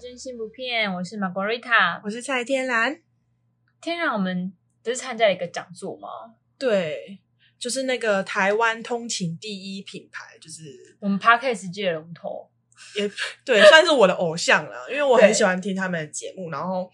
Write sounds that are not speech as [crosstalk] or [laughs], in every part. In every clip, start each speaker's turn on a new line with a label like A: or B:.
A: 信信不骗，我是 Margarita。
B: 我是蔡天蓝。
A: 天啊然，我们不是参加了一个讲座吗？
B: 对，就是那个台湾通勤第一品牌，就是
A: 我们 Podcast 界的龙头，
B: 也对，算是我的偶像了，因为我很
A: 对
B: 喜欢听他们的节目。然后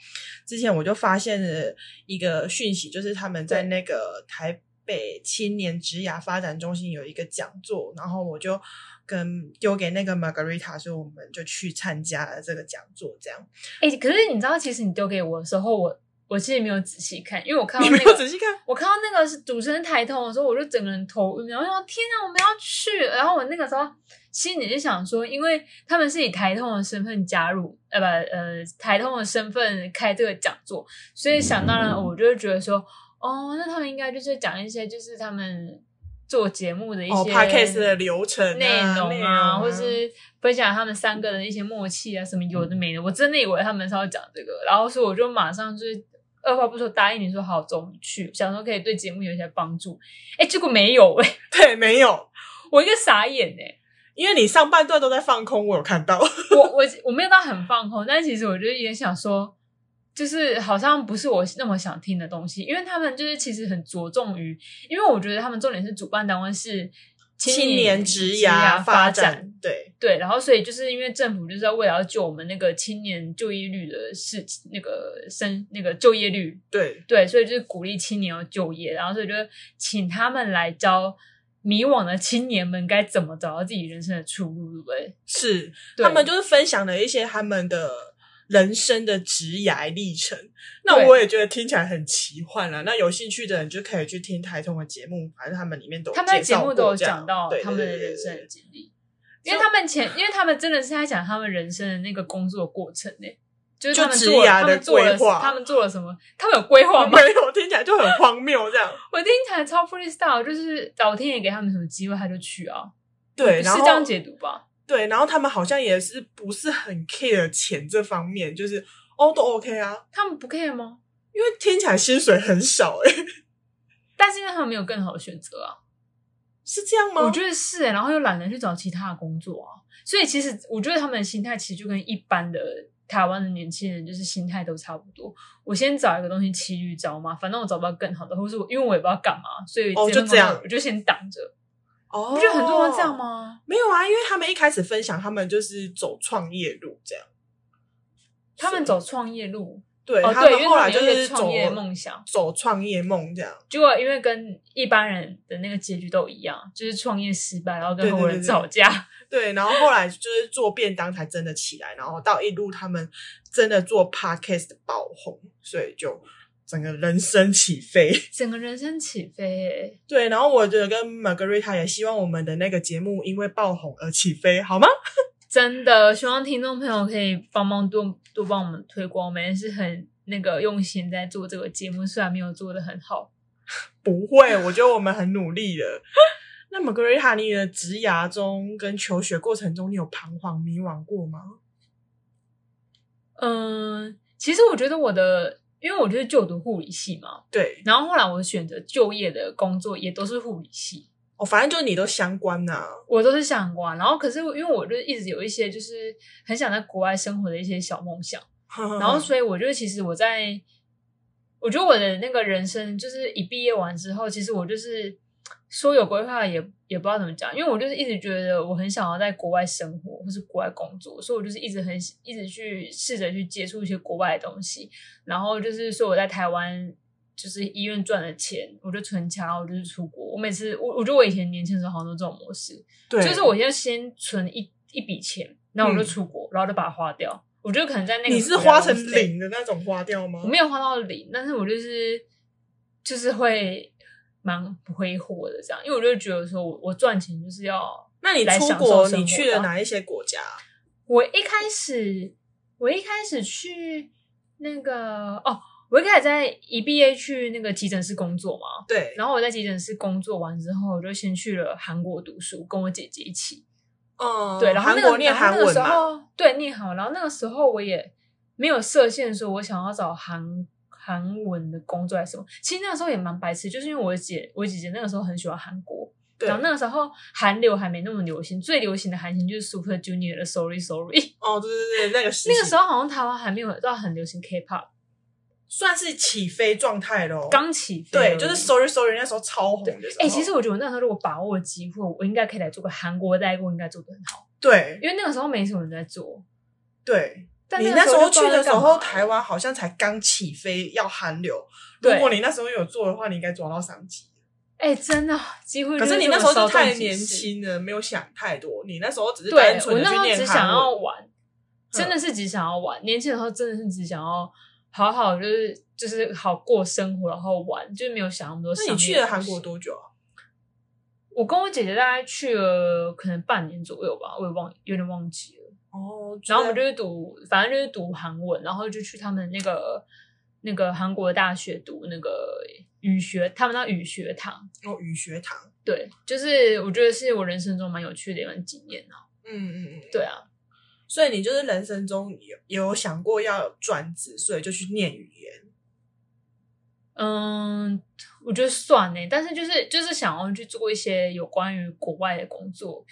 B: 之前我就发现了一个讯息，就是他们在
A: 对
B: 那个台北青年职涯发展中心有一个讲座，然后我就跟丢给那个 Margarita 说，我们就去参加了这个讲座，这样。
A: 哎、可是你知道，其实你丢给我的时候，我我其实没有仔细看，因为我看到
B: 你
A: 那
B: 没有
A: 个，
B: 仔细看？
A: 我看到那个是主持人抬头的时候，我就整个人头晕，然后我想天啊哪，我们要去，然后我那个时候心里就想说，因为他们是以台通的身份加入，呃不呃台通的身份开这个讲座，所以想当然我就会觉得说，哦，那他们应该就是讲一些就是他们做节目的一些、
B: 哦，Podcast 的流程啊、
A: 内容
B: 啊
A: 啊，或是分享他们三个人一些默契啊，什么有的没
B: 嗯
A: 的。我真的以为他们是要讲这个，然后所以我就马上就是二话不说答应你说好，走，我们去，想说可以对节目有一些帮助。哎，结果没有哎、 [laughs]
B: 对，没有，
A: 我一个傻眼哎、
B: 因为你上半段都在放空，我有
A: [laughs]
B: 看到。
A: 我我我没有到很放空，但其实我就也想说，就是好像不是我那么想听的东西，因为他们就是其实很着重于，因为我觉得他们重点是主办单位是
B: 青年职涯
A: 涯
B: 发
A: 展
B: 展，对
A: 对，然后所以就是因为政府就是要为了要救我们那个青年就业率的事情，那个生那个就业率，
B: 对，
A: 对，所以就是鼓励青年要就业，然后所以就请他们来教迷惘的青年们该怎么找到自己人生的出路，对不对？
B: 是
A: 对
B: 他们就是分享了一些他们的人生的职涯历程。那
A: 对
B: 我也觉得听起来很奇幻啦。那有兴趣的人就可以去听台通的节目，反正他们里面都有
A: 他们的
B: 介
A: 节
B: 绍
A: 目
B: 过
A: 都有
B: 这样
A: 讲到
B: 对
A: 他们的
B: 对对
A: 人生
B: 对
A: 的
B: 对
A: 经历，因为他们前，因为他们真的是在讲他们人生的那个工作过程呢、就是
B: 就
A: 他们
B: 职
A: 做了，
B: 涯
A: 他
B: 的
A: 们做了
B: 规划，
A: 他们做了什么？他们有规划吗？
B: [laughs] 没有听起来就很荒谬这样。
A: 我听起来超 freestyle，就是老天爷给他们什么机会他就去啊，
B: 对，
A: 是
B: 然后
A: 这样解读吧？
B: 对，然后他们好像也是不是很 care 钱这方面，就是哦都 OK 啊，
A: 他们不 care 吗？
B: 因为听起来薪水很少诶、欸
A: 但是因为他们没有更好的选择啊，
B: 是这样吗？
A: 我觉得是、欸，然后又懒得去找其他的工作啊，所以其实我觉得他们的心态其实就跟一般的台湾的年轻人就是心态都差不多。我先找一个东西骑驴找马，反正我找不到更好的，或是我因为我也不知道干嘛，所以
B: 哦
A: 只能
B: 就这样
A: 放到我就先挡着。
B: 哦，
A: 不觉得很多人这样？吗？
B: 没有啊，因为他们一开始分享，他们就是走创业路这样。
A: 他们走创业路，
B: 对、
A: 哦
B: 他
A: 对，因
B: 们
A: 为
B: 后
A: 他
B: 来
A: 们
B: 就
A: 有
B: 是
A: 点
B: 走
A: 创业梦想。
B: 走创业梦这样。
A: 结果因为跟一般人的那个结局都一样，就是创业失败，然后跟
B: 对对
A: 后人
B: 对对
A: 吵架。
B: 对，然后后来就是做便当才真的起来，然后到一路他们真的做 podcast 爆红，所以就整个人生
A: [laughs]
B: 起飞。
A: 整个人生起飞、欸。
B: 对，然后我觉得跟 Margarita 也希望我们的那个节目因为爆红而起飞，好吗？
A: 真的，希望听众朋友可以帮忙多多帮我们推广，我们也是很那个用心在做这个节目，虽然没有做的很好。
B: 不会，我觉得我们很努力了。 [laughs] 那 Margarita，你的职涯中跟求学过程中，你有彷徨迷惘过吗？
A: 嗯，其实我觉得我的，因为我就是就读护理系嘛，
B: 对，
A: 然后后来我选择就业的工作也都是护理系，
B: 哦，反正就是你都相关呐、 [laughs]
A: 我都是想过啊。然后可是因为我就一直有一些就是很想在国外生活的一些小梦想。
B: [laughs]
A: 然后，所以我就其实我在，我觉得我的那个人生就是一毕业完之后，其实我就是说有规划也也不知道怎么讲，因为我就是一直觉得我很想要在国外生活或是国外工作，所以我就是一直很一直去试着去接触一些国外的东西，然后就是说我在台湾。就是医院赚的钱，我就存起来，然后我就是出国。我每次，我我觉得我以前年轻的时候好像都这种模式，
B: 对，
A: 就是我要先存一一笔钱，然后我就
B: 嗯
A: 出国，然后就把它花掉。我觉得可能在那个
B: 你是
A: 国家
B: 花
A: 都
B: 成
A: 是这样，
B: 零的那种花掉吗
A: 我？没有花到零，但是我就是就是会蛮挥霍的这样，因为我就觉得说我我赚钱就是要
B: 那你
A: 来
B: 出
A: 享受
B: 国，
A: 生
B: 你
A: 活
B: 去了
A: 的
B: 哪一些国家？
A: 我一开始，我一开始去那个哦，我一开始在一毕业去那个急诊室工作嘛，
B: 对，
A: 然后我在急诊室工作完之后，我就先去了韩国读书，跟我姐姐一起。
B: 嗯，
A: 对，然后那
B: 韩
A: 个
B: 国念韩文
A: 然
B: 嘛，
A: 后那个时候对，念韩文。然后那个时候我也没有设限，说我想要找韩韩文的工作还是什么。其实那个时候也蛮白痴，就是因为我姐我姐姐那个时候很喜欢韩国，
B: 对
A: 然后那个时候韩流还没那么流行，最流行的韩星就是 Super Junior 的 Sorry
B: [laughs]
A: Sorry。
B: 哦，对对对，那个时
A: 那个时
B: 候
A: 候好像台湾还没有到很流行 K-pop，
B: 哦算是起飞状态咯。
A: 刚起飞而
B: 对，
A: 已。
B: 就是 Sorry 哦 Sorry 那时候超红
A: 对
B: 的时，候。
A: 哎、其实我觉得我那时候如果把握机会，我应该可以来做个韩国代购，应该做得很好，
B: 对
A: 因为那个时候没什么人在做。
B: 对，
A: 但
B: 你
A: 那个
B: 那时
A: 时候
B: 候
A: 就不知
B: 去
A: 道
B: 的
A: 在
B: 时
A: 干嘛
B: 候，台湾好像才刚起飞，要韩流。如
A: 对
B: 果你那时候有做的话，你应该抓到商机。
A: 哎、真的机会。
B: 可是你那时候是太年，轻了，没有想太多。你那时候只是
A: 对
B: 单纯
A: 我
B: 的
A: 那
B: 去
A: 时候
B: 念
A: 只
B: 韩
A: 想要
B: 文。嗯
A: 玩，真的是只想要玩。年轻的时候真的是只想要好好就是就是好过生活，然后玩，就是没有想那么多。
B: 那你去了韩国？多久啊？
A: 我跟我姐姐大概去了可能半年左右吧，我也忘有点忘记了。
B: 哦，
A: 然后我们
B: 就
A: 就是读，反正就是读韩文，然后就去他们那个那个韩国大学读那个语学，他们那语学堂。
B: 在哦语学堂。
A: 对，就是我觉得是我人生中蛮有趣的一段经验啊。
B: 嗯嗯嗯。
A: 对啊，
B: 所以你就是人生中有有想过要转职，所以就去念语言。
A: 嗯，我觉得算呢、欸但是就是就是想要去做一些有关于国外的工作。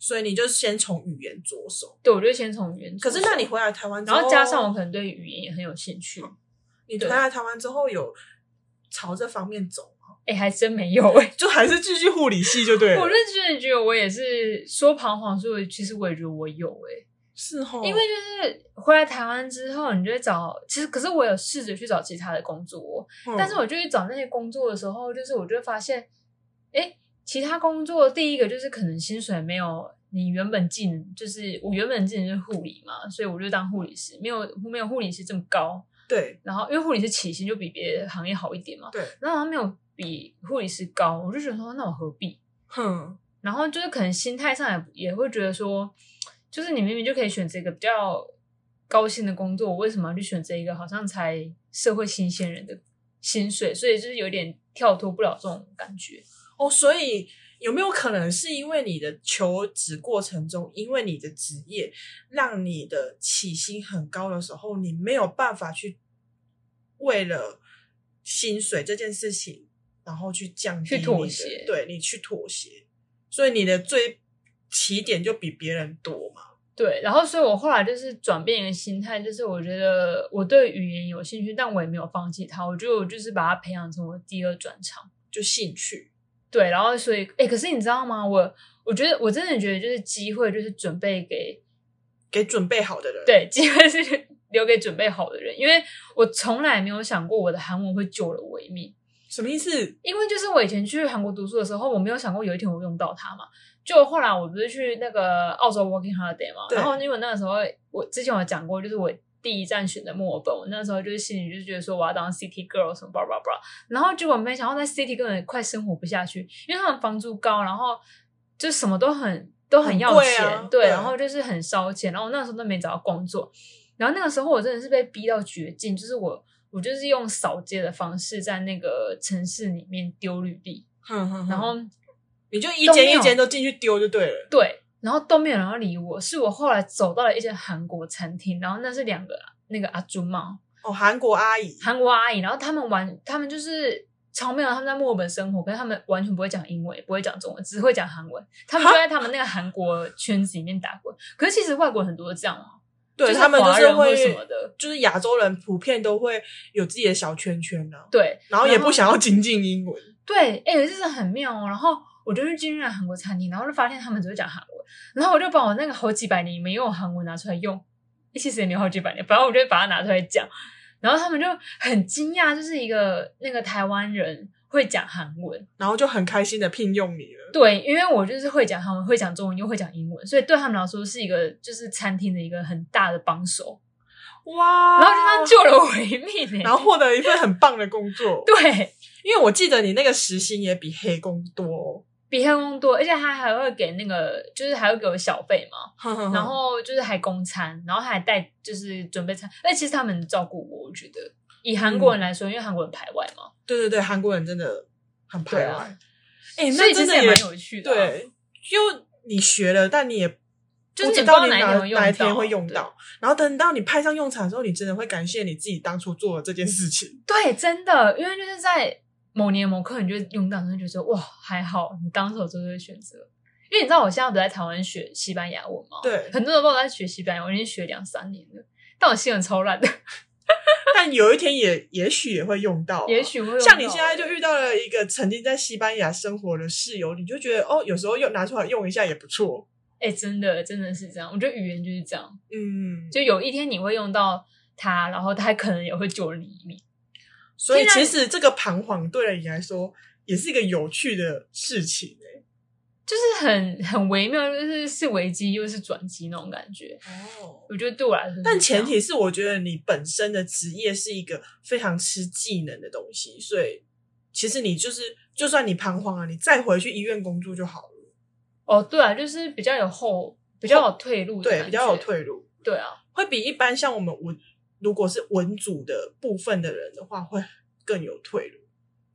B: 所以你就先从语言着手。
A: 对，我就先从语言着
B: 可
A: 手。
B: 是那你回哦来台湾之
A: 然后加上我可能对语言也很有兴趣，
B: 你回
A: 对
B: 来台湾之后有朝这方面走吗？
A: 哎、还真没有哎、
B: 就还是继续护理系就 [laughs] 对了。
A: 我认真的觉得我也是说彷徨，所以其实我也觉得我有哎、
B: 是哦，
A: 因为就是回来台湾之后，你就会找，其实可是我有试着去找其他的工作，
B: 嗯
A: 但是我就去找那些工作的时候，就是我就会发现，哎，其他工作第一个就是可能薪水没有你原本技能，就是我原本技能就是护理嘛，所以我就当护理师，没有没有护理师这么高，
B: 对
A: 然后因为护理师起薪就比别的行业好一点嘛，
B: 对，
A: 然后好像没有比护理师高，我就觉得说那我何必？
B: 哼，
A: 然后就是可能心态上也也会觉得说，就是你明明就可以选择一个比较高薪的工作，我为什么要去选择一个好像才社会新鲜人的薪水？所以就是有点跳脱不了这种感觉。
B: 哦，所以有没有可能是因为你的求职过程中，因为你的职业让你的起薪很高的时候，你没有办法去为了薪水这件事情，然后去降低
A: 去妥
B: 你的
A: 协
B: 对你去妥协，所以你的最起点就比别人多嘛。
A: 对，然后所以我后来就是转变一个心态，就是我觉得我对语言有兴趣，但我也没有放弃它，我觉得我就是把它培养成我的第二专长。
B: 就兴趣，
A: 对，然后所以，哎，可是你知道吗？我我觉得我真的觉得就是机会，就是准备给
B: 给准备好的人。，
A: 对，机会是 [laughs] 留给准备好的人，因为我从来没有想过我的韩文会救了我一命。
B: 什么意思？
A: 因为就是我以前去韩国读书的时候，我没有想过有一天我会用到它嘛。就后来我不是去那个澳洲 working holiday 嘛，
B: 对
A: 然后因为那个时候我之前有讲过，就是我第一站选的墨尔本，我那时候就是心里就是觉得说我要当 city girl 什么 blah blah blah，然后结果没想到在 city 根本快生活不下去，因为他们房租高，然后就什么都很都很要
B: 很贵
A: 钱，
B: 啊
A: 对，
B: 对
A: 然后就是很烧钱，然后我那时候都没找到工作，然后那个时候我真的是被逼到绝境，就是我我就是用扫街的方式在那个城市里面丢履历，
B: 哼哼哼
A: 然后
B: 你就一
A: 都没
B: 间
A: 有
B: 一间都进去丢就对了。
A: 对，然后都没有人要理我，是我后来走到了一间韩国餐厅，然后那是两个那个阿朱嘛，
B: 哦，韩国阿姨，
A: 韩国阿姨，然后他们玩，他们就是。超妙！他们在墨尔本生活，可是他们完全不会讲英文，也不会讲中文，只会讲韩文。他们就
B: 哈
A: 在他们那个韩国圈子里面打滚。可是其实外国人很多都这样哦、
B: 对
A: 就是
B: 他们就
A: 华
B: 是
A: 人
B: 会
A: 或什么的，
B: 就是亚洲人普遍都会有自己的小圈圈呢、
A: 对，
B: 然后也不想要精进英文。
A: 对，哎、这是很妙哦。然后我就去进了韩国餐厅，然后就发现他们只会讲韩文，然后我就把我那个好几百年没用的韩文拿出来用，诶其实也没有好几百年，反正我就把它拿出来讲，然后他们就很惊讶，就是一个那个台湾人会讲韩文，
B: 然后就很开心的聘用你了。
A: 对，因为我就是会讲韩文，会讲中文，又会讲英文，所以对他们来说是一个就是餐厅的一个很大的帮手，
B: 哇
A: 然后就这样救了我一命、诶
B: 哦
A: 欸
B: 然后获得一份很棒的工作。，
A: 对。
B: 因为我记得你那个时薪也比黑工多、
A: 比黑工多，而且他还会给那个，就是还会给我小费嘛，
B: 哦。
A: 然后就是还供餐，然后还带就是准备餐，但其实他们很照顾我，我觉得以韩国
B: 嗯
A: 人来说，因为韩国人排外嘛，
B: 对对对，韩国人真的很排
A: 对
B: 外。
A: 啊
B: 哎、
A: 所
B: 那
A: 以其实
B: 真的
A: 也
B: 也
A: 蛮有趣的啊、
B: 对，因为你学了，但你也。
A: 就是
B: 知
A: 你
B: 道
A: 不
B: 你
A: 知道哪一天会用
B: 哪一天
A: 到
B: 会用
A: 对
B: 到，然后等到你派上用场的时候，你真的会感谢你自己当初做的这件事情。 [laughs]
A: 对，真的，因为就是在某年某刻，你就用到，你就觉得说哇，还好你当时有做这个选择。因为你知道我现在不在台湾学西班牙文吗？
B: 对
A: 很多人帮我在学西班牙文，我已经学两三年了，但我西文超烂的，
B: 哦但有一天也也许也会用到啊、
A: 也许会用到
B: 像你现在就遇到了一个曾经在西班牙生活的室友，你就觉得哦，有时候又拿出来用一下也不错。
A: 哎、真的真的是这样，我觉得语言就是这样，
B: 嗯，
A: 就有一天你会用到它，然后它可能也会救你一命。
B: 所以
A: 现在
B: 其实这个彷徨对你来说也是一个有趣的事情、欸。
A: 就是很很微妙，就是是危机又是转机那种感觉。
B: 哦，
A: 我觉得对我来说是这样，
B: 但前提是我觉得你本身的职业是一个非常吃技能的东西，所以其实你就是就算你彷徨了，啊你再回去医院工作就好了，
A: 哦，对啊，就是比较有后，比较有退路的感
B: 对，
A: 觉，
B: 比较有退路。
A: 对啊，
B: 会比一般像我们文如果是文组的部分的人的话，会更有退路。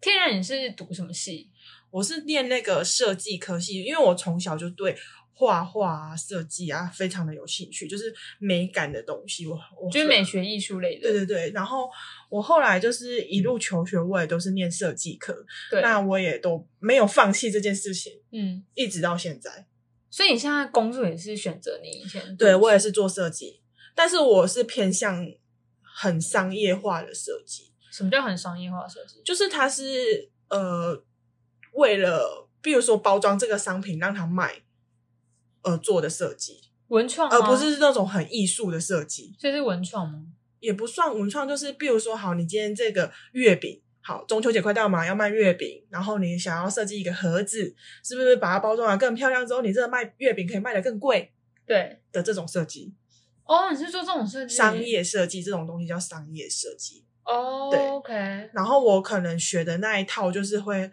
A: 天然你是读什么系？
B: 我是念那个设计科系，因为我从小就对画画啊、设计啊非常的有兴趣，就是美感的东西。我我
A: 就是
B: 很
A: 美学艺术类的。
B: 哦啊对对对，然后我后来就是一路求学，我也都是念设计科，
A: 对
B: 那我也都没有放弃这件事情，
A: 嗯，
B: 一直到现在。嗯
A: 所以你现在工作也是选择你以前
B: 对
A: 读
B: 我也是做设计，但是我是偏向很商业化的设计，
A: 什么叫很商业化设计？
B: 就是它是呃为了，比如说包装这个商品让它卖而做的设计，
A: 文创吗
B: 而呃不，是那种很艺术的设计，
A: 所以是文创吗？
B: 也不算文创。就是比如说，好，你今天这个月饼。好，中秋节快到嘛，要卖月饼，然后你想要设计一个盒子，是不是把它包装的更漂亮之后，你这个卖月饼可以卖得更贵
A: 对，
B: 的这种设计，
A: 哦，你是做这种设计
B: 商业设计这种东西叫商业设计。
A: 哦
B: 对
A: ，OK，
B: 然后我可能学的那一套就是会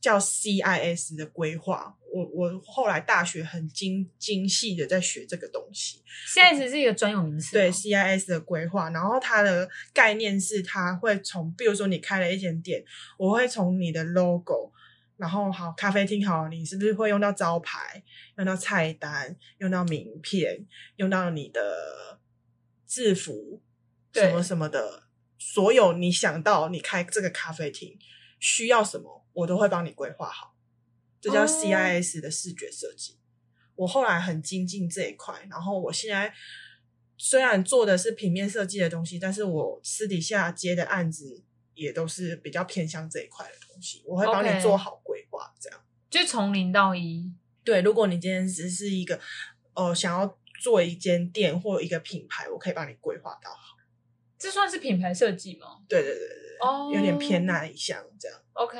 B: 叫 CIS 的规划。我我后来大学很精精细的在学这个东西，
A: 现在只是一个专有名词吗。啊
B: 对 CIS 的规划。然后它的概念是，它会从，比如说你开了一间店，我会从你的 logo，然后好咖啡厅好，你是不是会用到招牌，用到菜单，用到名片，用到你的制服，
A: 对
B: 什么什么的，所有你想到你开这个咖啡厅需要什么，我都会帮你规划好。这叫
A: 哦
B: CIS 的视觉设计。我后来很精进这一块，然后我现在虽然做的是平面设计的东西，但是我私底下接的案子也都是比较偏向这一块的东西，我会帮你
A: OK
B: 做好规划，这样。
A: 就从零到一。
B: 对，如果你今天只是一个呃想要做一间店或一个品牌，我可以帮你规划到好。
A: 这算是品牌设计吗？
B: 对对对对，
A: 哦，
B: 有点偏。那一项这样。
A: OK，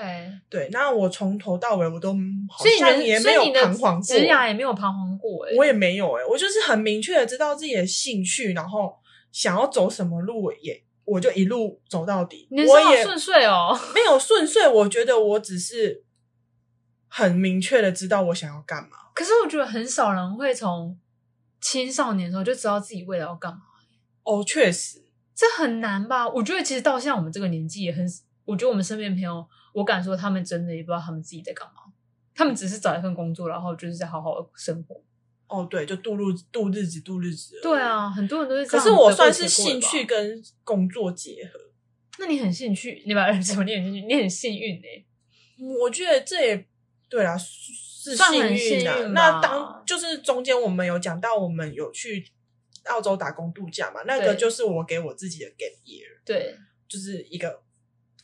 B: 对，那我从头到尾我都嗯好
A: 所以你
B: 像
A: 人，
B: 也
A: 所
B: 没
A: 以
B: 有
A: 你的
B: 彷徨过
A: 职，涯也没有彷徨过、欸，
B: 我也没有哎、我就是很明确的知道自己的兴趣，然后想要走什么路我也。我就一路走到底，
A: 你人
B: 我
A: 生好
B: 也
A: 顺遂哦。 [laughs]
B: 没有顺遂。我觉得我只是很明确的知道我想要干嘛。
A: 可是我觉得很少人会从青少年的时候就知道自己未来要干嘛，
B: 哦，确实，
A: 这很难吧？我觉得其实到像我们这个年纪也很，我觉得我们身边的朋友，我敢说他们真的也不知道他们自己在干嘛，他们只是找一份工作，然后就是在好好地生活。
B: 哦，对，就度日度日子度日子。
A: 对，啊，很多人都是这
B: 可
A: 样。
B: 是我算是兴趣，跟工作结合，
A: 那你很兴趣，你把什么？你很兴趣，你很幸运哎、
B: 我觉得这也对啦，是
A: 算
B: 幸
A: 很幸
B: 运啊。
A: 运吧
B: 那当就是中间我们有讲到，我们有去澳洲打工度假嘛，那个
A: 对
B: 就是我给我自己的 gap year，
A: 对，
B: 就是一个，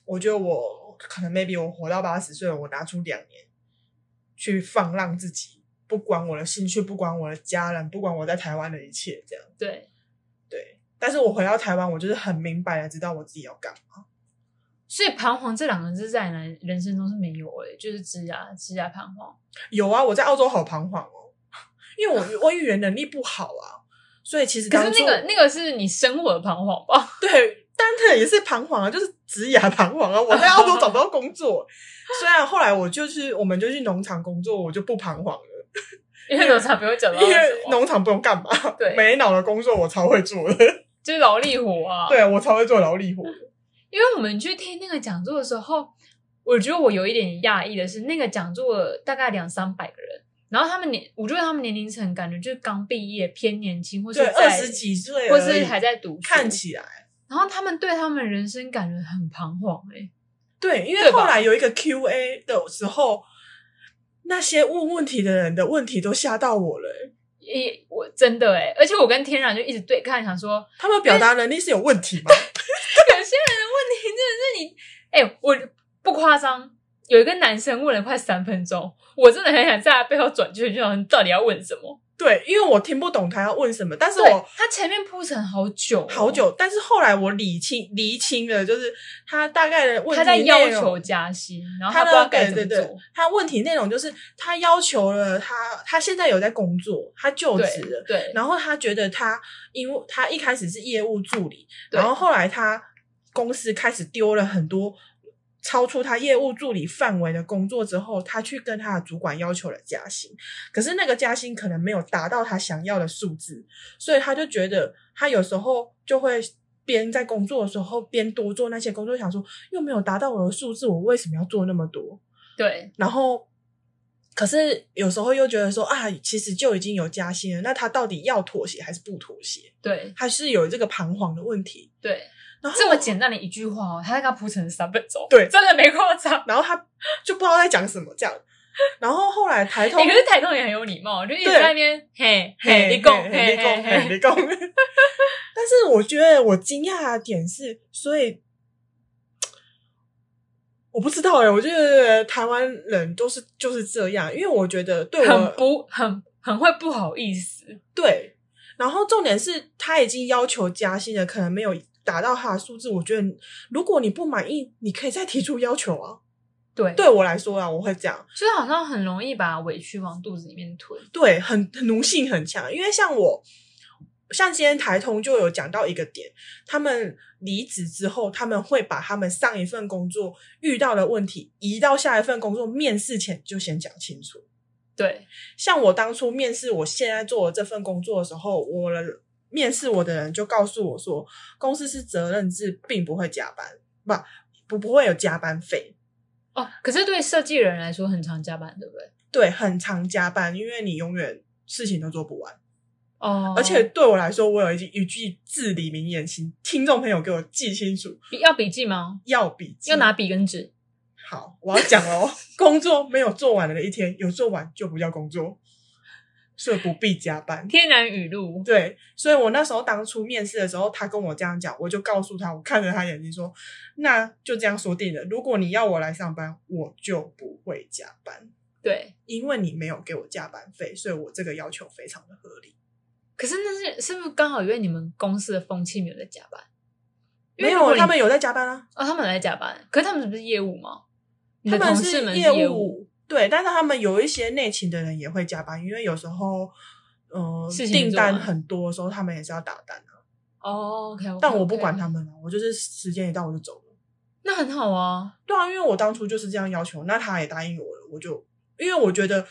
B: 我觉得我可能 maybe 我活到八十岁，我拿出两年去放浪自己。不管我的兴趣，不管我的家人，不管我在台湾的一切，这样
A: 对，
B: 对。但是我回到台湾，我就是很明白的知道我自己要干嘛。
A: 所以彷徨这两个字在人人生中是没有诶、就是枝芽枝芽彷徨。
B: 有啊，我在澳洲好彷徨哦， [laughs] 因为我我语言能力不好啊，所以其实
A: 可
B: 当
A: 是
B: 初
A: 那个那个是你生活的彷徨吧？
B: 对，但那也是彷徨啊，就是职涯彷徨啊。我
A: [laughs]
B: 在澳洲找不到工作，虽然后来我就是我们就去农场工作，我就不彷徨了，
A: [laughs] 因为农场没有讲到
B: 因
A: 什
B: 为
A: 么，
B: 农场不用干嘛，
A: 对
B: 没脑的工作我超会做的，
A: [laughs] 就是劳力活啊。，
B: 对我超会做劳力活的。
A: 因为我们去听那个讲座的时候，我觉得我有一点讶异的是，那个讲座大概两三百个人，然后他们年，我觉得他们年龄层感觉就是刚毕业偏年轻，或是
B: 对，
A: 在
B: 二十，几岁而
A: 或
B: 已，
A: 是还在读书，
B: 看起来
A: 然后他们对他们人生感觉很彷徨诶、欸
B: 对，因为
A: 对吧
B: 后来有一个 Q&A 的时候，那些问问题的人的问题都吓到我了、欸
A: 也我真的哎、而且我跟天然就一直对看，想说
B: 他们表达能力是有问题吗？
A: 有些人的问题真的是你，哎、我不夸张，有一个男生问了快三分钟，我真的很想在他背后转圈圈，你到底要问什么？
B: 对，因为我听不懂他要问什么，但是
A: 对
B: 我，
A: 他前面铺陈好久、哦
B: 好，久，但是后来我理清理清了，就是他大概的问题
A: 他在要
B: 内容
A: 求加薪，然后
B: 他
A: 不知道
B: 的
A: 该
B: 对
A: 怎么
B: 对
A: 做。
B: 对，他问题内容就是他要求了他，他现在有在工作，他就职了，
A: 对
B: 然后他觉得他因为他一开始是业务助理，
A: 对
B: 然后后来他公司开始丢了很多超出他业务助理范围的工作之后，他去跟他的主管要求了加薪，可是那个加薪可能没有达到他想要的数字，所以他就觉得他有时候就会。边在工作的时候边多做那些工作，想说又没有达到我的数字，我为什么要做那么多？
A: 对
B: 然后，可是有时候又觉得说啊，其实就已经有加薪了，那他到底要妥协还是不妥协？
A: 对
B: 他是有这个彷徨的问题。
A: 对，
B: 然后
A: 这么简单的一句话哦，他在他铺陈三分钟，
B: 对
A: 真的没夸张。
B: 然后他就不知道在讲什么这样。然后后来抬头
A: 你、，可是台东也很有礼貌，就一直
B: 对
A: 在那边嘿
B: 嘿
A: 嘿，你讲
B: 嘿
A: 嘿
B: 你讲
A: 嘿
B: 嘿
A: 嘿，
B: 你讲。但是我觉得我惊讶的点是，所以。我不知道哎、我觉得台湾人都是就是这样，因为我觉得对我
A: 很不很很会不好意思。
B: 对，然后重点是他已经要求加薪了，可能没有达到他的数字。我觉得如果你不满意，你可以再提出要求啊。
A: 对，
B: 对我来说啊，我会这样。
A: 就是好像很容易把委屈往肚子里面吞。
B: 对，很很奴性很强，因为像我，像今天台通就有讲到一个点，他们离职之后，他们会把他们上一份工作遇到的问题移到下一份工作面试前就先讲清楚。
A: 对
B: 像我当初面试我现在做的这份工作的时候，我的面试我的人就告诉我说，公司是责任制，并不会加班，不不不会有加班费。
A: 哦，可是对设计人来说很常加班，对不对？
B: 对，很常加班，因为你永远事情都做不完。
A: 哦，
B: 而且对我来说，我有一句一句至理名言，请听众朋友给我记清楚，
A: 笔要笔记吗？
B: 要笔记。
A: 要拿笔跟纸。
B: 好，我要讲哦，工作没有做完的一天，有做完就不叫工作，所以不必加班。
A: 天然语录，
B: 对，所以我那时候当初面试的时候，他跟我这样讲，我就告诉他，我看着他眼睛说，那就这样说定了。如果你要我来上班，我就不会加班，
A: 对。
B: 因为你没有给我加班费，所以我这个要求非常的合理。
A: 可是那是是不是刚好因为你们公司的风气没有在加班？因
B: 没
A: 为如果
B: 有，
A: 你
B: 他们有在加班啊，
A: 哦，他们有在加班，可是他们不是业务吗？你
B: 他
A: 的同
B: 们
A: 事们是
B: 业
A: 业
B: 对，但是他们有一些内勤的人也会加班，因为有时候。嗯、
A: 事情
B: 订
A: 做完
B: 单很多的时候，他们也是要打单啊。
A: 哦，OK，
B: 但我不管他们了、啊我就是时间一到我就走了。
A: 那很好啊。
B: 对啊，因为我当初就是这样要求，那他也答应我了，我就因为我觉得，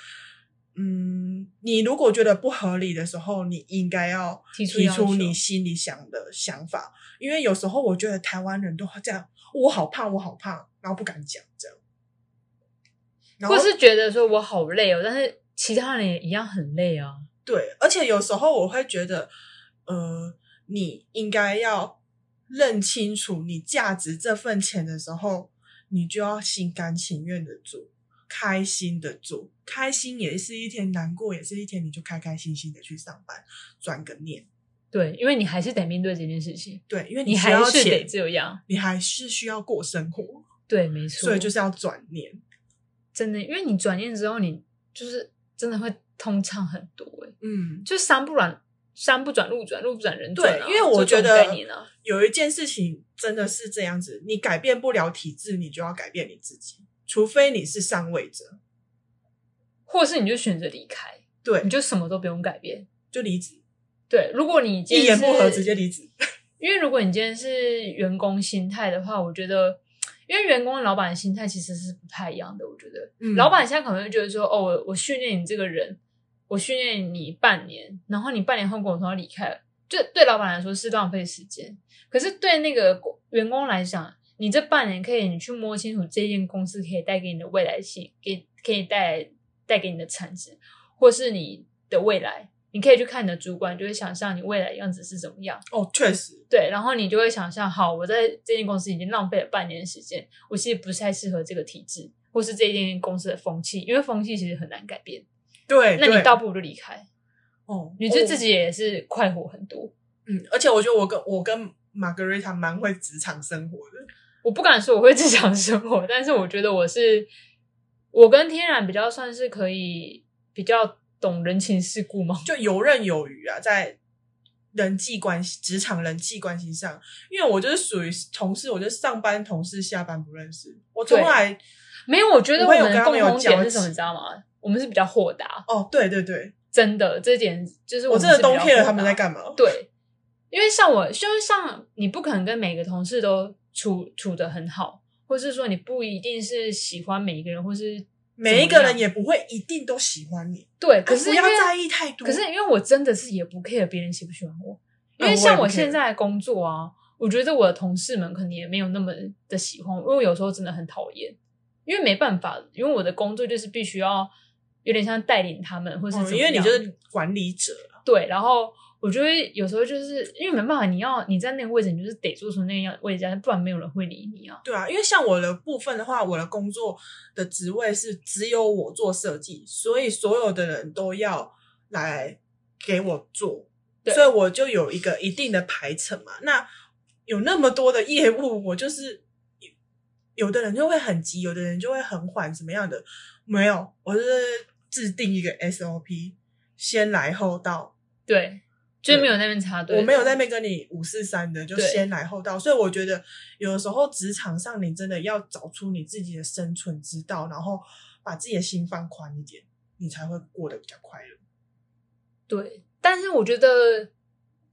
B: 嗯，你如果觉得不合理的时候，你应该要
A: 提出
B: 提
A: 要
B: 出
A: 求
B: 你心里想的想法，因为有时候我觉得台湾人都这样，我好胖，我好胖，然后不敢讲这样，然后
A: 或是觉得说我好累哦，但是其他人也一样很累啊。
B: 对，而且有时候我会觉得，呃，你应该要认清楚你价值这份钱的时候，你就要心甘情愿的做，开心的做，开心也是一天，难过也是一天，你就开开心心的去上班，转个念。
A: 对，因为你还是得面对这件事情，
B: 对，因为
A: 你
B: 需
A: 还
B: 要
A: 是得
B: 钱，
A: 这样。
B: 你还是需要过生活，
A: 对，没错。
B: 所以就是要转念。
A: 真的，因为你转念之后，你就是真的会通畅很多、欸。
B: 嗯，
A: 就山不转山不转路转，路不转人转、啊。
B: 对，因为我
A: 就
B: 觉
A: 这种
B: 得
A: 概念啊，
B: 有一件事情真的是这样子，你改变不了体制，你就要改变你自己，除非你是上位者，
A: 或是你就选择离开，
B: 对
A: 你，就什么都不用改变。
B: 就离职，
A: 对，如果你今
B: 一
A: 天
B: 言
A: 是
B: 不合直接离职。
A: 因为如果你今天是员工心态的话，我觉得，因为员工跟老板的心态其实是不太一样的。我觉得，
B: 嗯
A: 老板现在可能会觉得说，哦，我我训练你这个人，我训练你半年，然后你半年后跟我说要离开了，这对老板来说是浪费时间。可是对那个员工来讲，你这半年可以你去摸清楚这间公司可以带给你的未来性，给可以带来带给你的产值，或是你的未来，你可以去看你的主管，就会想象你未来的样子是怎么样。
B: 哦，确实，
A: 对，然后你就会想象，好，我在这间公司已经浪费了半年时间，我其实不太适合这个体制，或是这间公司的风气，因为风气其实很难改变。
B: 对，
A: 那
B: 哎对
A: 你倒不如就离开，
B: 哦，
A: 你就自
B: 己。
A: 己也是快活很多。
B: 嗯，而且我觉得我跟我跟玛格丽塔蛮会职场生活的。
A: 我不敢说我会 [laughs] 职场生活，但是我觉得我是，我跟天然比较算是可以比较懂人情世故吗？ [laughs]
B: 就游刃有余啊，在人际关系、职场人际关系上，因为我就是属于同事，我就是上班同事，下班不认识。我从
A: 对
B: 来
A: 没有，我觉得
B: 不
A: 我
B: 会有
A: 们的
B: 跟他
A: 共
B: 们有
A: 同点
B: 交
A: 是什么，
B: 集
A: 你知道吗？我们是比较豁达，
B: 哦，对对对，
A: 真的，这点就是
B: 我
A: 们
B: 真的
A: 是比较
B: 冬天了，
A: 豁
B: 他们
A: 达
B: 在干嘛？
A: 对，因为像我，就是像你不可能跟每个同事都处处的很好，或是说你不一定是喜欢每一个人，或是
B: 每一个
A: 怎
B: 人
A: 么样
B: 也不会一定都喜欢你，哦
A: 对。可是
B: 不
A: 因
B: 哎要
A: 为
B: 在意太多。
A: 可是因为我真的是也不 care 别人喜不喜欢我，因为
B: 嗯
A: 像
B: 我也不
A: 我
B: care
A: 现在的工作啊，我觉得我的同事们可能也没有那么的喜欢我，因为有时候真的很讨厌，因为没办法，因为我的工作就是必须要有点像带领他们，或是怎
B: 嗯
A: 么
B: 因为你
A: 样
B: 就是管理者，
A: 对，然后我就会有时候就是因为没办法，你要你在那个位置，你就是得做出那样位置啊，不然没有人会理你啊。
B: 对啊，因为像我的部分的话，我的工作的职位是只有我做设计，所以所有的人都要来给我做，
A: 对
B: 所以我就有一个一定的排程嘛。那有那么多的业务，我就是有的人就会很急，有的人就会很缓，怎么样的？没有，我是制定一个 SOP，先来后到，
A: 对，就是
B: 对
A: 没有在那边插队，
B: 我没有在那边跟你五四三的，就
A: 对
B: 先来后到。所以我觉得有的时候职场上你真的要找出你自己的生存之道，然后把自己的心放宽一点，你才会过得比较快乐。
A: 对，但是我觉得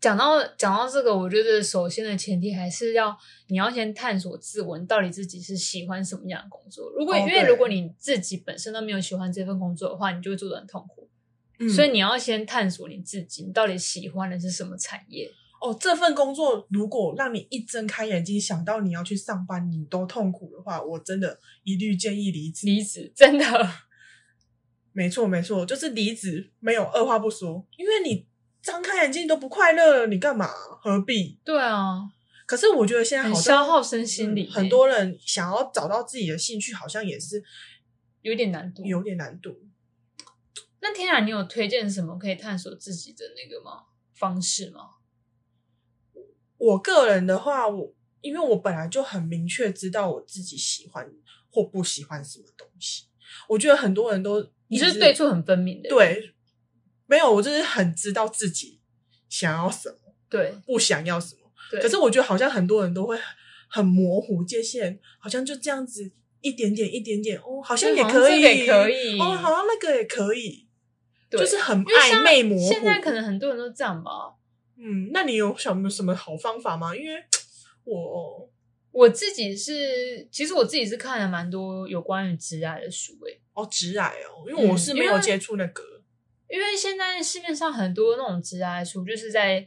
A: 讲到讲到这个，我觉得首先的前提还是要你要先探索自我，你到底自己是喜欢什么样的工作。如果、
B: 哦
A: 因为如果
B: 对
A: 你自己本身都没有喜欢这份工作的话，你就会做的很痛苦。
B: 嗯
A: 所以你要先探索你自己，你到底喜欢的是什么产业。
B: 哦，这份工作如果让你一睁开眼睛想到你要去上班，你都痛苦的话，我真的一律建议离职。
A: 离职真的 [laughs]
B: 没错，没错，就是离职，没有二话不说，因为你张开眼睛你都不快乐了，你干嘛？何必？
A: 对啊，
B: 可是我觉得现在好
A: 很
B: 像
A: 消耗身心灵、
B: 嗯很多人想要找到自己的兴趣，好像也是
A: 有点难度。
B: 有点难度。
A: 那天然，你有推荐什么可以探索自己的那个吗？方式吗？
B: 我个人的话，我因为我本来就很明确知道我自己喜欢或不喜欢什么东西，我觉得很多人都
A: 你
B: 一
A: 是
B: 直
A: 对错很分明的人，
B: 对，没有，我就是很知道自己想要什么，
A: 对
B: 不想要什么。
A: 对。
B: 可是我觉得好像很多人都会很模糊界限，好像就这样子一点点一点点，哦，好像
A: 对
B: 也
A: 好像
B: 可
A: 这
B: 以，
A: 个也可以
B: 哦，好像那个也可以，
A: 对
B: 就是很
A: 因为
B: 暧
A: 像
B: 昧模糊。
A: 现在可能很多人都这样吧。
B: 嗯，那你有想有什么好方法吗？因为我
A: 我自己是，其实我自己是看了蛮多有关于职涯的书诶、
B: 哦直癌哦，因为我
A: 嗯
B: 是
A: 因
B: 没有
A: 为
B: 接触那个，
A: 因为现在市面上很多那种职涯的书，就是在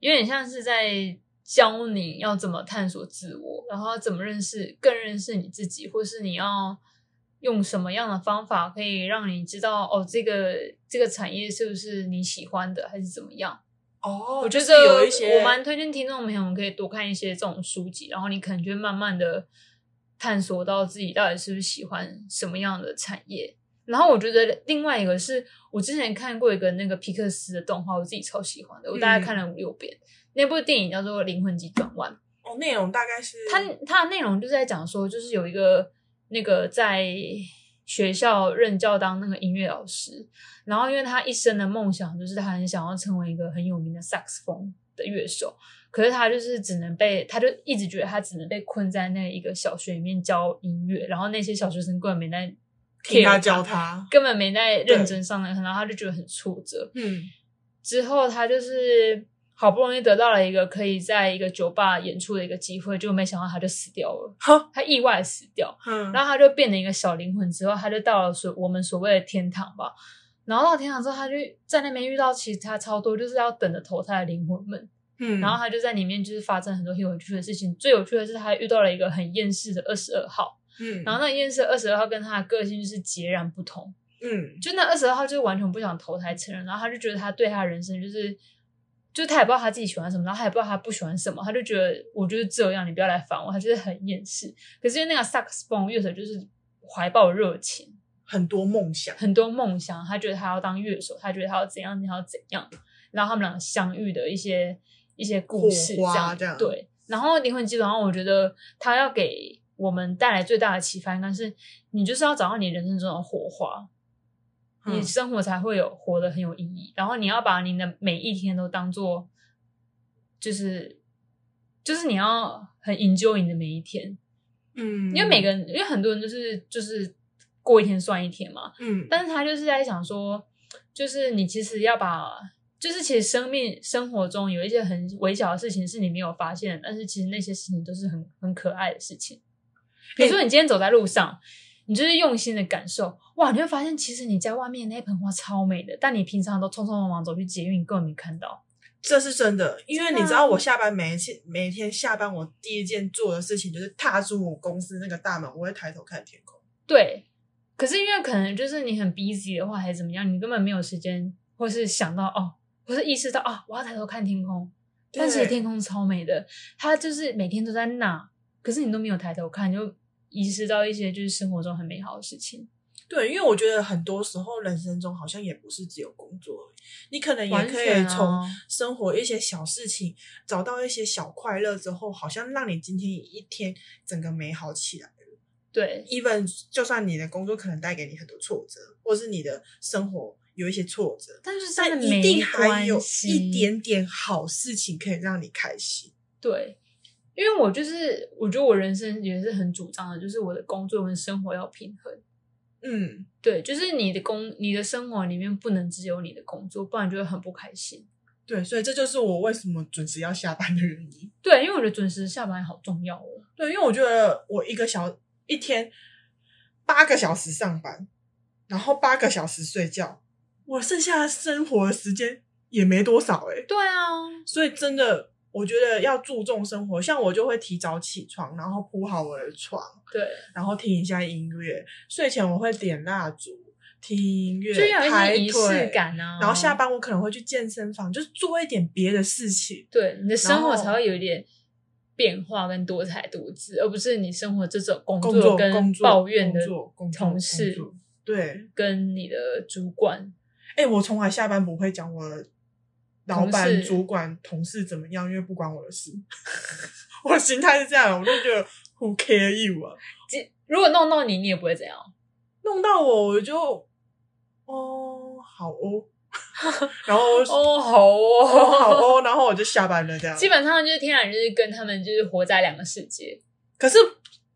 A: 有点像是在教你要怎么探索自我，然后怎么认识、更认识你自己，或是你要用什么样的方法可以让你知道哦，这个这个产业是不是你喜欢的，还是怎么样？
B: 哦，
A: 我
B: 就
A: 觉
B: 是
A: 得
B: 有一些
A: 我蛮推荐听众朋友们可以多看一些这种书籍，然后你可能就会慢慢的探索到自己到底是不是喜欢什么样的产业。然后我觉得另外一个是我之前看过一个那个皮克斯的动画，我自己超喜欢的，我大概
B: 嗯
A: 看了五六遍。那部电影叫做《灵魂急转弯》，
B: 哦内容大概是
A: 它它的内容就是在讲说，就是有一个那个在学校任教当那个音乐老师，然后因为他一生的梦想就是他很想要成为一个很有名的萨克斯风的乐手，可是他就是只能被，他就一直觉得他只能被困在那一个小学里面教音乐，然后那些小学生根本没在
B: 听
A: care
B: 他教，他，
A: 根本没在认真上的课，然后他就觉得很挫折，
B: 嗯
A: 之后，他就是好不容易得到了一个可以在一个酒吧演出的一个机会，就没想到他就死掉了
B: 哈，
A: 他意外死掉，
B: 嗯，
A: 然后他就变成一个小灵魂，之后他就到了所我们所谓的天堂吧。然后到天堂之后，他就在那边遇到其他超多就是要等着投胎的灵魂们，
B: 嗯
A: 然后他就在里面就是发生很多很有趣的事情。最有趣的是，他遇到了一个很厌世的二十二号，
B: 嗯
A: 然后那个厌世二十二号跟他的个性就是截然不同，
B: 嗯，
A: 就那二十二号就完全不想投胎成人，然后他就觉得他对他人生就是，就他也不知道他自己喜欢什么，然后他也不知道他不喜欢什么，他就觉得我就是这样，你不要来烦我，他就是很厌世。可是因为那个萨克斯风乐手就是怀抱热情，
B: 很多梦想，
A: 很多梦想，他觉得他要当乐手，他觉得他要怎样，他要怎样，然后他们俩相遇的一些一些故事，这
B: 火花
A: 样
B: 这样
A: 对。然后《灵魂急转弯》，我觉得他要给我们带来最大的启发，应该是你就是要找到你人生中的火花，你
B: 嗯
A: 生活才会有活得很有意义。然后你要把你的每一天都当做，就是就是你要很 enjoy 你的每一天，
B: 嗯，
A: 因为每个人，因为很多人就是就是过一天算一天嘛，
B: 嗯，
A: 但是他就是在想说，就是你其实要把，就是其实生命生活中有一些很微小的事情是你没有发现的，但是其实那些事情都是很很可爱的事情。比如说你今天走在路上，你就是用心的感受，哇，你会发现其实你家外面那盆花超美的，但你平常都匆匆忙忙走去捷运，你根本没看到。
B: 这是真的，因为
A: 真
B: 你
A: 的啊
B: 知道，我下班每一次每一天下班，我第一件做的事情就是踏出我公司那个大门，我会抬头看天空。
A: 对，可是因为可能就是你很 busy 的话，还是怎么样，你根本没有时间，或是想到哦，或是意识到哦，我要抬头看天空。但其实
B: 对
A: 天空超美的，它就是每天都在那，可是你都没有抬头看，就遗失到一些就是生活中很美好的事情。
B: 对，因为我觉得很多时候人生中好像也不是只有工作而已，你可能也
A: 完
B: 可
A: 全
B: 以
A: 啊
B: 从生活一些小事情找到一些小快乐之后，好像让你今天一天整个美好起来。
A: 对
B: even 就算你的工作可能带给你很多挫折，或是你的生活有一些挫折，
A: 但是真
B: 但
A: 的
B: 一
A: 没
B: 定还
A: 关
B: 有一
A: 系
B: 点点好事情可以让你开心。
A: 对，因为我就是我觉得我人生也是很主张的，就是我的工作跟生活要平衡。
B: 嗯，
A: 对，就是你的工，你的生活里面不能只有你的工作，不然就会很不开心。
B: 对，所以这就是我为什么准时要下班的原因。
A: 对，因为我觉得准时下班好重要哦。
B: 对，因为我觉得我一个小一天八个小时上班，然后八个小时睡觉，我剩下的生活的时间也没多少哎、
A: 对啊，
B: 所以真的，我觉得要注重生活。像我就会提早起床，然后铺好我的床，
A: 对，
B: 然后听一下音乐。睡前我会点蜡烛，听音乐，
A: 就要有
B: 抬
A: 一些仪式
B: 腿。
A: 感啊。
B: 然后下班我可能会去健身房，就是做一点别的事情。
A: 对，你的生活
B: 然后
A: 才会有一点变化跟多彩多姿，而不是你生活这种工
B: 工作、
A: 跟
B: 工作、
A: 抱怨的
B: 工作、工作
A: 同事
B: 工作对，
A: 跟你的主管。
B: 哎、我从来下班不会讲我的老
A: 同
B: 板、
A: 事
B: 主管、同事怎么样，因为不关我的事。 [laughs] 我的心态是这样，我就觉得 who care you 啊。
A: 即如果弄到你，你也不会怎样。
B: 弄到我，我就哦，好哦， [laughs] 然后我就
A: 哦，好
B: 哦好
A: 哦，
B: 哦，然后我就下班了这
A: [laughs]
B: 样。
A: 基本上就是天然就是跟他们就是活在两个世界，
B: 可是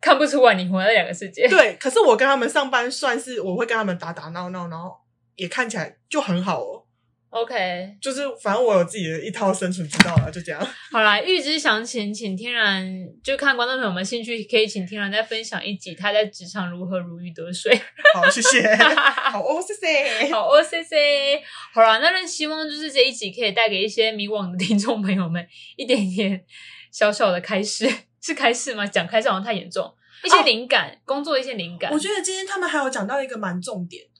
A: 看不出来你活在两个世界。
B: 对，可是我跟他们上班算是我会跟他们打打闹闹，然后也看起来就很好哦。
A: ，OK，
B: 就是反正我有自己的一套生存之道了，就这 [laughs] 样。
A: 好啦，预知详情，请天然就看观众朋友们兴趣，可以请天然再分享一集他在职场如何如鱼得水。 [laughs]
B: 好，谢 [laughs] 谢。好哦，谢谢。
A: 好哦，谢谢。好啦，那希望就是这一集可以带给一些迷惘的听众朋友们一点点小小的开示，是开示吗？讲开示好像太严重，一些
B: 哦
A: 灵感，工作一些灵感。
B: 我觉得今天他们还有讲到一个蛮重点的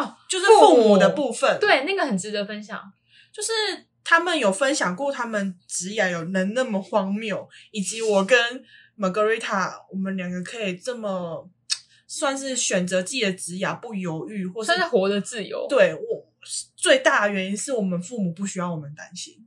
A: 哦，
B: 就是
A: 父
B: 父母的
A: 母
B: 部分。
A: 对那个很值得分享。
B: 就是他们有分享过他们职涯有能那么荒谬，以及我跟 Margarita 我们两个可以这么算是选择自己的职涯不犹豫，或是
A: 算是活得自由，
B: 对我最大的原因是我们父母不需要我们担心，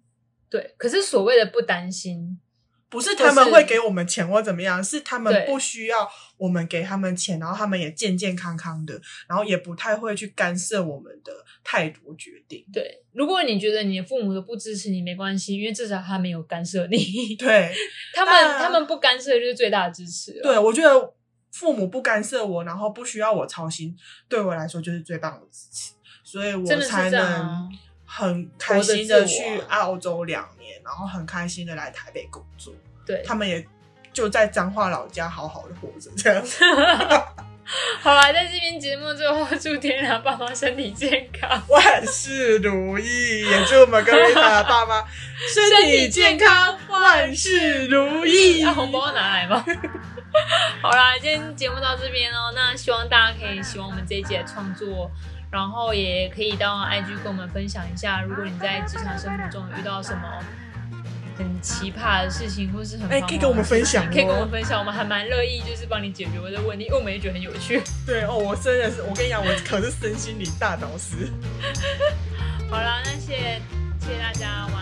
A: 对可是所谓的不担心，
B: 不是他
A: 或
B: 们
A: 是
B: 会给我们钱或怎么样，是他们
A: 对
B: 不需要我们给他们钱，然后他们也健健康康的，然后也不太会去干涉我们的态度决定。
A: 对，如果你觉得你的父母都不支持你，没关系，因为至少他没有干涉你， [laughs]
B: 对，
A: 他们、
B: 那
A: 他们不干涉就是最大的支持了。
B: 嗯对，我觉得父母不干涉我，然后不需要我操心，对我来说就是最棒的支持，所以
A: 真
B: 我
A: 的是
B: 才
A: 这样啊
B: 能很开心
A: 活
B: 的
A: 得自
B: 去
A: 我啊
B: 澳洲两年，然后很开心的来台北工作。
A: 对，
B: 他们也就在彰化老家好好的活着，这样子。 [laughs]
A: 好啦，在这边节目最后，祝天然爸妈身体健康，
B: 万事如意，也祝 m a r g a r i t 爸 [laughs] 妈身体健康，万事如意。
A: 啊，红包拿来吗？ [laughs] 好啦，今天节目到这边哦，那希望大家可以喜欢我们这一集的创作，然后也可以到 IG 跟我们分享一下，如果你在职场生活中有遇到什么很奇葩的事情，或是很
B: 哎、
A: 荒
B: 可以
A: 谬
B: 跟我们
A: 的事
B: 分
A: 情
B: 享、哦，
A: 可以跟我们分享，我们还蛮乐意就是帮你解决我的问题，因为我们也觉得很有趣。
B: 对哦，我真的是，我跟你讲，我可是身心灵大导师。
A: 好啦，那谢谢谢谢大家，晚安。